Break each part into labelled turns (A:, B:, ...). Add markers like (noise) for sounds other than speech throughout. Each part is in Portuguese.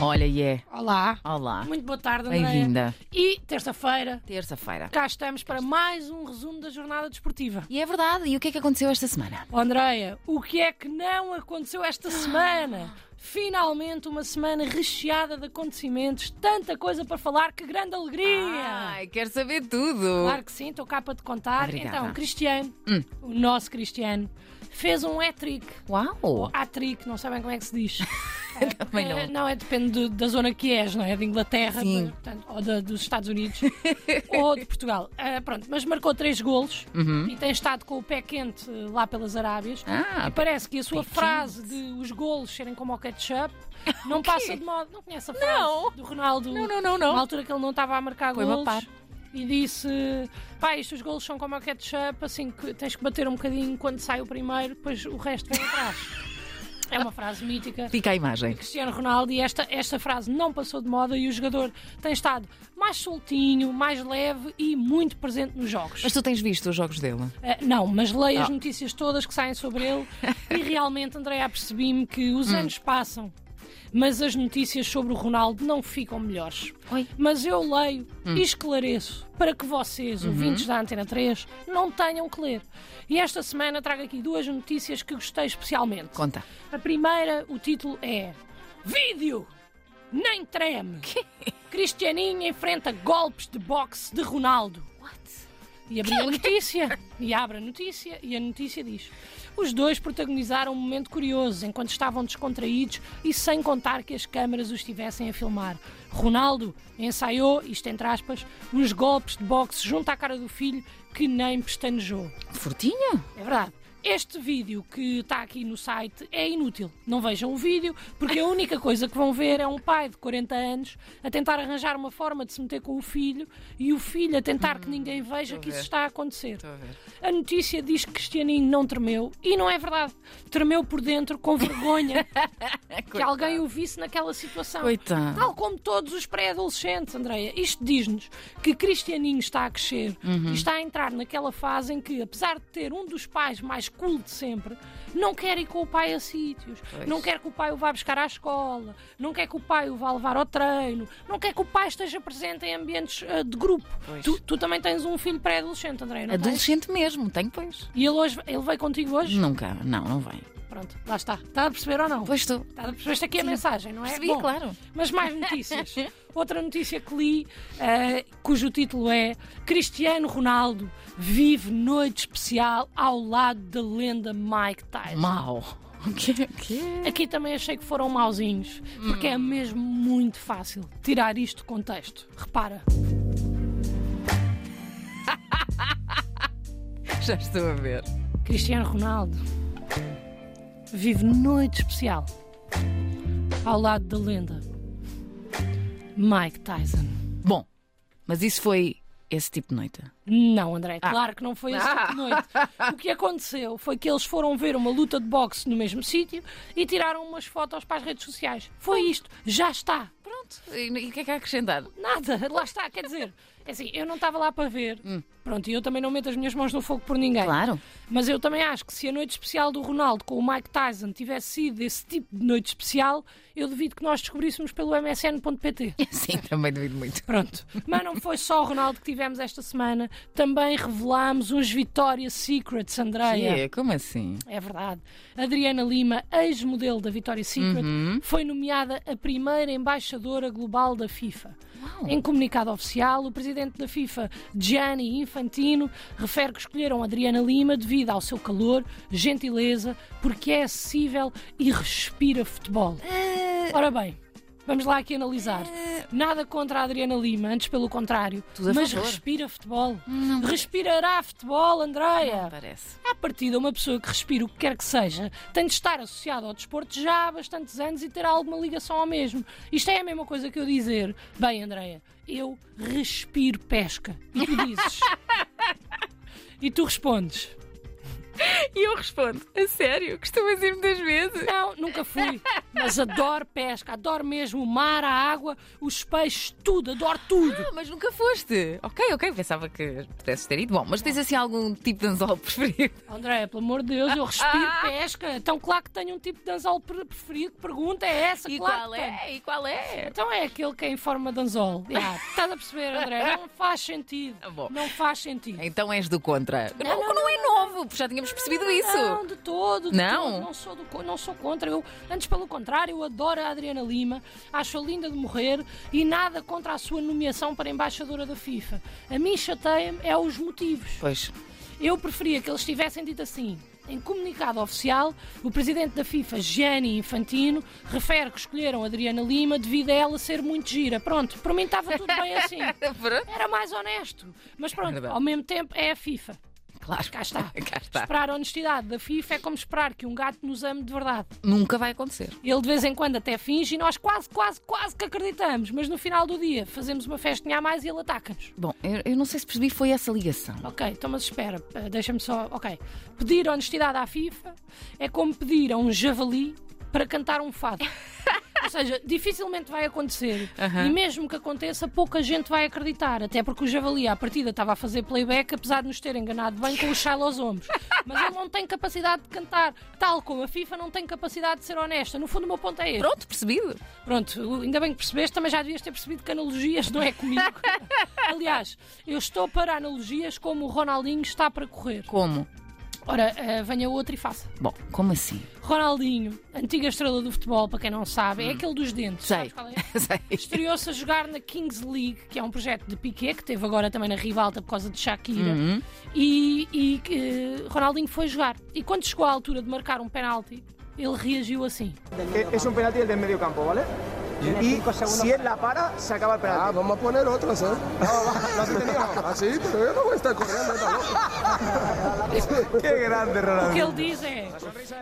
A: Olha, e é.
B: Olá.
A: Olá.
B: Muito boa tarde, Andréia.
A: Bem-vinda.
B: E terça-feira,
A: Terça-feira.
B: cá estamos para mais um resumo da jornada desportiva.
A: E é verdade. E o que é que aconteceu esta semana?
B: Oh, Andréia, o que é que não aconteceu esta semana? Finalmente uma semana recheada de acontecimentos, tanta coisa para falar, que grande alegria!
A: Ai, quero saber tudo.
B: Claro que sim, estou cá para te contar.
A: Obrigada. Hum.
B: Então, Cristiano, o nosso Cristiano, fez um hat-trick.
A: Uau!
B: Hat-trick, não sabem como é que
A: (laughs)
B: se diz.
A: Também
B: É,
A: não.
B: é depende do- da zona que és, não é? De Inglaterra,
A: Sim.
B: mas, portanto, ou da- dos
A: (laughs)
B: Estados Unidos, ou de Portugal. Ah, pronto, mas marcou três golos e tem estado com o pé quente eh, lá pelas Arábias.
A: Uhum. Ah,
B: e parece que a sua
A: pé
B: frase de os golos serem como o
A: (laughs)
B: ketchup não passa de moda. Não conhece a frase
A: Não.
B: do Ronaldo?
A: Não, não, não, não.
B: Na altura que ele não estava a marcar
A: Então? Foi
B: golos.
A: papar.
B: E disse, pá, estes golos são como o ketchup, assim, que tens que bater um bocadinho quando sai o primeiro, depois o resto vem atrás. é uma frase mítica.
A: fica a imagem.
B: Cristiano Ronaldo e esta, esta frase não passou de moda e o jogador tem estado mais soltinho, mais leve e muito presente nos jogos.
A: Mas tu tens visto os jogos dele?
B: Ah, não, mas leio as
A: Ah.
B: notícias todas que saem
A: (laughs)
B: sobre ele e realmente, André, apercebi-me que os
A: Hum.
B: anos passam, mas as notícias sobre o Ronaldo não ficam melhores.
A: Oi. Hum.
B: Mas eu leio e esclareço para que vocês,
A: Uhum.
B: ouvintes da Antena 3, não tenham que ler. E esta semana trago aqui duas notícias que gostei especialmente.
A: Conta.
B: A primeira, o título é Vídeo! Nem treme! Cristianinho enfrenta golpes de boxe de Ronaldo. E abri a notícia, e abre a notícia, e a notícia diz: Os dois protagonizaram um momento curioso enquanto estavam descontraídos e sem contar que as câmaras os estivessem a filmar. Ronaldo ensaiou, isto entre aspas, uns golpes de boxe junto à cara do filho que nem pestanejou.
A: Fortinha?
B: É verdade. Este vídeo que está aqui no site é inútil. Não vejam o vídeo, porque a única coisa que vão ver é um pai de 40 anos a tentar arranjar uma forma de se meter com o filho e o filho a tentar que ninguém veja
A: Hum, a
B: que isso
A: ver.
B: está a acontecer.
A: a ver.
B: A notícia diz que Cristianinho não tremeu e não é verdade. Tremeu por dentro com
A: (laughs)
B: vergonha que alguém o visse naquela situação.
A: Coitado.
B: Tal como todos os pré-adolescentes, Andreia. Isto diz-nos que Cristianinho está a crescer e está a entrar naquela fase em que, apesar de ter um dos pais mais cool de sempre, não quer ir com o pai a sítios,
A: Pois.
B: não quer que o pai o vá buscar à escola, não quer que o pai o vá levar ao treino, não quer que o pai esteja presente em ambientes ah, de grupo.
A: Pois.
B: Tu, tu também tens um filho pré-adolescente, Andreia, não tens?
A: Adolescente mesmo, tenho pois.
B: E ele, hoje, ele veio contigo hoje?
A: Nunca, não, não vem.
B: Pronto, lá está. Está a perceber ou não?
A: Pois tu.
B: Tá, Percebeste aqui a mensagem, não é?
A: Percebi,
B: Bom,
A: claro.
B: Mas mais notícias. Outra notícia que li, eh, cujo título é Cristiano Ronaldo vive noite especial ao lado da lenda Mike Tyson.
A: Mau. O quê? O quê?
B: Aqui também achei que foram mauzinhos, porque é mesmo muito fácil tirar isto de contexto. Repara.
A: Já estou a ver.
B: Cristiano Ronaldo vive noite especial ao lado da lenda Mike Tyson.
A: Bom, mas isso foi esse tipo de noite.
B: Não, André, claro que não foi esse tipo de noite. O que aconteceu foi que eles foram ver uma luta de boxe no mesmo sítio e tiraram umas fotos para as redes sociais. Foi isto, já está.
A: Pronto. E e o que é que há a acrescentar?
B: Nada, (laughs) lá está, quer dizer. É assim, eu não estava lá para ver. Pronto, e eu também não meto as minhas mãos no fogo por ninguém.
A: Claro.
B: Mas eu também acho que se a noite especial do Ronaldo com o Mike Tyson tivesse sido esse tipo de noite especial, eu duvido que nós descobríssemos pelo msn.pt.
A: Sim, também duvido muito.
B: (laughs) Pronto. Mas não foi só o Ronaldo que tivemos esta semana. Também revelámos uns Vitória Secrets, Andreia.
A: É, como assim?
B: É verdade. Adriana Lima, ex-modelo da Vitória Secret,
A: Uhum.
B: foi nomeada a primeira embaixadora global da FIFA.
A: Uau.
B: Em comunicado oficial, o presidente da FIFA, Gianni Infantino, refere que escolheram Adriana Lima devido ao seu calor, gentileza, porque é acessível e respira futebol.
A: Eh,
B: Ora bem, vamos lá aqui analisar. Nada contra a Adriana Lima, antes pelo contrário.
A: Tudo a
B: mas
A: favor.
B: respira futebol. Respirará futebol, Andreia.
A: Parece.
B: À partida, uma pessoa que respira o que quer que seja tem de estar associada ao desporto já há bastantes anos e ter alguma ligação ao mesmo. Isto é a mesma coisa que eu dizer, bem, Andreia, eu respiro pesca. E tu dizes. e tu respondes.
A: E eu respondo: A sério? Costumas ir muitas vezes?
B: Não, nunca fui, mas adoro pesca, adoro mesmo o mar, a água, os peixes, tudo, adoro tudo.
A: Ah, mas nunca foste. Ok, ok, pensava que pudesses ter ido. Bom, mas tens assim algum tipo de anzol (laughs) preferido?
B: Andréia, pelo amor de Deus, eu respiro pesca. Então, claro que tenho um tipo de anzol pre- preferido. que Pergunta é essa,
A: E
B: claro
A: qual
B: que tenho.
A: é? E qual é?
B: Então é aquele que é em forma de anzol. Já, estás a perceber, André? Não faz sentido.
A: Tá bom.
B: Não faz sentido.
A: Então és do contra. Não, não, é novo, porque já tínhamos percebido isso.
B: Não, de todo, de
A: Não?
B: todo. Não sou, do co- não sou contra. Eu, antes, pelo contrário, eu adoro a Adriana Lima, acho-a linda de morrer e nada contra a sua nomeação para embaixadora da FIFA. A mim chateia-me é os motivos.
A: Pois.
B: Eu preferia que eles tivessem dito assim. Em comunicado oficial, o presidente da FIFA, Gianni Infantino, refere que escolheram Adriana Lima devido a ela ser muito gira. Pronto, para mim estava tudo bem assim.
A: (laughs) Pronto.
B: Era mais honesto. Mas pronto,
A: Verdade.
B: ao mesmo tempo é a FIFA.
A: Claro.
B: Cá está.
A: (laughs) Cá está.
B: Esperar a honestidade da FIFA é como esperar que um gato nos ame de verdade.
A: Nunca vai acontecer.
B: Ele de vez em quando até finge e nós quase, quase, quase que acreditamos, mas no final do dia fazemos uma festinha a mais e ele ataca-nos.
A: Bom, eu, eu não sei se percebi, foi essa ligação.
B: Ok, então mas espera, eh, deixa-me só. Ok. Pedir honestidade à FIFA é como pedir a um javali para cantar um fado. Ou seja, dificilmente vai acontecer.
A: Aham.
B: E mesmo que aconteça, pouca gente vai acreditar. Até porque o Javali, à partida, estava a fazer playback, apesar de nos ter enganado bem com o Shai aos ombros. Mas ele não tem capacidade de cantar, tal como a FIFA não tem capacidade de ser honesta. No fundo, o meu ponto é este.
A: Pronto, percebido.
B: Pronto, ainda bem que percebeste, também já devias ter percebido que analogias não é comigo. Aliás, eu estou para analogias como o Ronaldinho está para correr.
A: Como?
B: Ora, eh, venha outro e faça.
A: Bom, como assim?
B: Ronaldinho, antiga estrela do futebol, para quem não sabe, é aquele dos dentes.
A: Sei.
B: Sabes qual é?
A: (laughs) Sei.
B: Estreou-se a jogar na Kings League, que é um projeto de Piquet, que teve agora também na Rivalta por causa de Shakira. E, e eh, Ronaldinho foi jogar. E quando chegou à altura de marcar um penalti, ele reagiu assim.
C: Eh, Es un penalti del medio campo, ¿vale? Y si él la para, se acaba
D: Ah,
C: el penalti. Ah,
D: vamos a poner otro, ¿eh?
C: ¿Lo
D: (laughs)
C: has detenido?
D: Así, pero yo no voy a estar corriendo, está loco.
C: (laughs) Qué grande,
B: O
C: Ronaldo.
B: que ele diz é: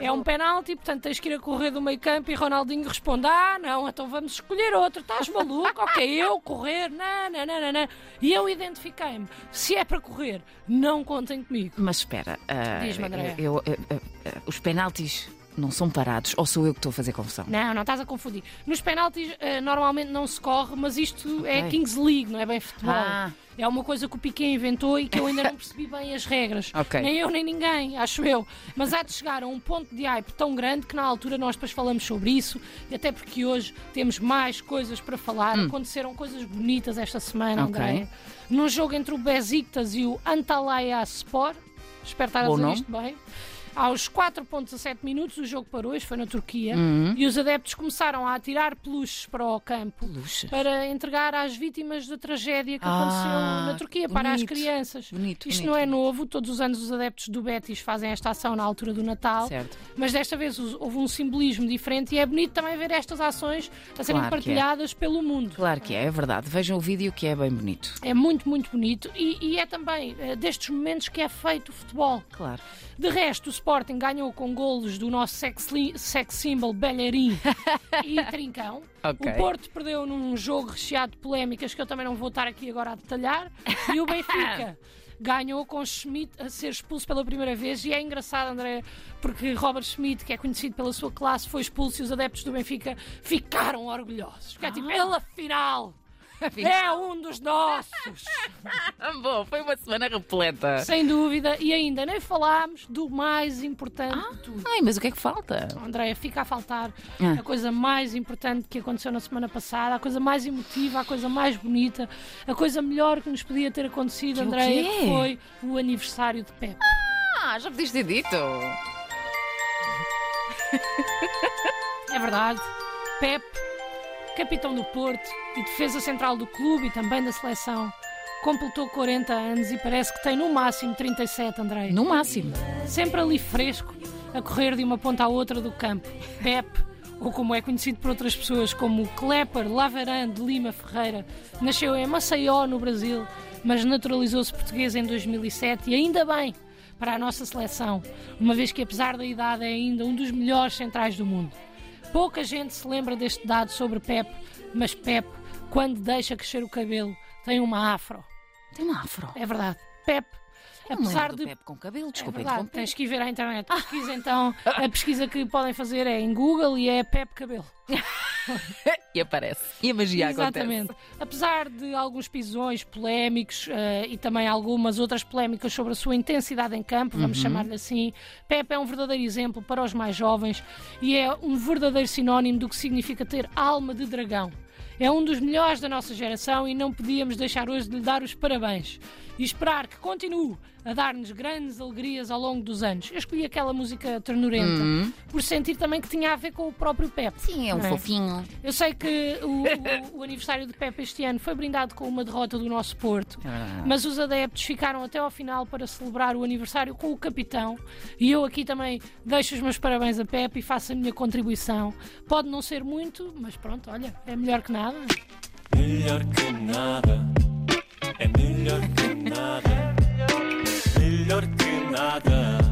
B: é um penalti, portanto tens que ir a correr do meio campo e Ronaldinho responde: ah, não, então vamos escolher outro, estás maluco? Ok, eu correr, não, não, não, não, não. E eu identifiquei-me: se é para correr, não contem comigo.
A: Mas espera, ah,
B: Diz-me, Andréa.
A: eu- eu- ah, ah, os penaltis não são parados ou sou eu que estou a fazer confusão?
B: Não, não estás a confundir. Nos penaltis eh, normalmente não se corre, mas isto é
A: Ok.
B: Kings League, não é bem futebol.
A: Ah.
B: É uma coisa que o Piquet inventou e que eu ainda não percebi bem as regras.
A: Ok.
B: Nem eu nem ninguém, acho eu. Mas há de chegar a um ponto de hype tão grande que na altura nós depois falamos sobre isso, e até porque hoje temos mais coisas para falar. Aconteceram coisas bonitas esta semana,
A: Hum. Ok.
B: Andréia. Num jogo entre o Besiktas e o Antalya Sport, espero estar a
A: Bom
B: dizer
A: nome.
B: isto bem. Aos 4.17 minutos, o jogo parou, isto foi na Turquia,
A: Uhum.
B: e os adeptos começaram a atirar peluches para o campo
A: Luxas.
B: para entregar às vítimas da tragédia que
A: Ah,
B: aconteceu na Turquia, para as
A: bonito,
B: crianças.
A: bonito,
B: Isto
A: bonito,
B: não é
A: bonito.
B: novo, todos os anos os adeptos do Betis fazem esta ação na altura do Natal,
A: Certo.
B: mas desta vez us- houve um simbolismo diferente e é bonito também ver estas ações a
A: Claro que
B: serem
A: é.
B: partilhadas pelo mundo.
A: Claro que é, é verdade. Vejam o vídeo que é bem bonito.
B: É muito, muito bonito e, e é também eh, destes momentos que é feito o futebol.
A: Claro.
B: De resto, o Sporting ganhou com golos do nosso sex, li- sex symbol Bellerin e Trincão.
A: Ok.
B: O Porto perdeu num jogo recheado de polémicas que eu também não vou estar aqui agora a detalhar. E o Benfica ganhou com Schmidt a ser expulso pela primeira vez. E é engraçado, André, porque Robert Schmidt, que é conhecido pela sua classe, foi expulso e os adeptos do Benfica ficaram orgulhosos. Porque é tipo, ele afinal é um dos nossos.
A: (laughs) Bom, foi uma semana repleta.
B: Sem dúvida. E ainda nem falámos do mais importante de tudo.
A: Ai, mas o que é que falta?
B: Andréia, fica a faltar
A: Ah.
B: a coisa mais importante que aconteceu na semana passada, a coisa mais emotiva, a coisa mais bonita, a coisa melhor que nos podia ter acontecido,
A: Que o
B: Andréia,
A: quê?
B: que foi o aniversário de Pepe.
A: Ah, já podias ter dito.
B: É verdade, Pepe, capitão do Porto e defesa central do clube e também da seleção, completou 40 anos e parece que tem no máximo 37, Andréia.
A: No máximo.
B: sempre ali fresco, a correr de uma ponta à outra do campo. Pepe, ou como é conhecido por outras pessoas como Klepper Lavaran de Lima Ferreira, nasceu em Maceió, no Brasil, mas naturalizou-se português em 2007 e ainda bem para a nossa seleção, uma vez que apesar da idade é ainda um dos melhores centrais do mundo. Pouca gente se lembra deste dado sobre Pepe, mas Pepe, quando deixa crescer o cabelo, tem uma afro.
A: Tem uma afro.
B: É verdade. Pepe,
A: Não me
B: Apesar
A: lembro do
B: de-
A: Pepe com cabelo, desculpa
B: é verdade,
A: interromper.
B: tens que ir ver à internet. Pesquisa então. A pesquisa que podem fazer é em Google e é Pepe Cabelo.
A: (laughs) E aparece. E a magia acontece.
B: Exatamente. Apesar de alguns pisões polémicos eh, e também algumas outras polémicas sobre a sua intensidade em campo, vamos chamar-lhe assim, Pepe é um verdadeiro exemplo para os mais jovens e é um verdadeiro sinónimo do que significa ter alma de dragão. É um dos melhores da nossa geração e não podíamos deixar hoje de lhe dar os parabéns e esperar que continue a dar-nos grandes alegrias ao longo dos anos. Eu escolhi aquela música ternurenta por sentir também que tinha a ver com o próprio Pepe.
A: Sim, é um
B: não
A: fofinho.
B: eu sei que o, o- o aniversário de Pepe este ano foi brindado com uma derrota do nosso Porto, mas os adeptos ficaram até ao final para celebrar o aniversário com o capitão. E eu aqui também deixo os meus parabéns a Pepe e faço a minha contribuição. Pode não ser muito, mas pronto, olha, é melhor que nada.
E: Melhor que nada. É melhor que nada. Melhor que nada.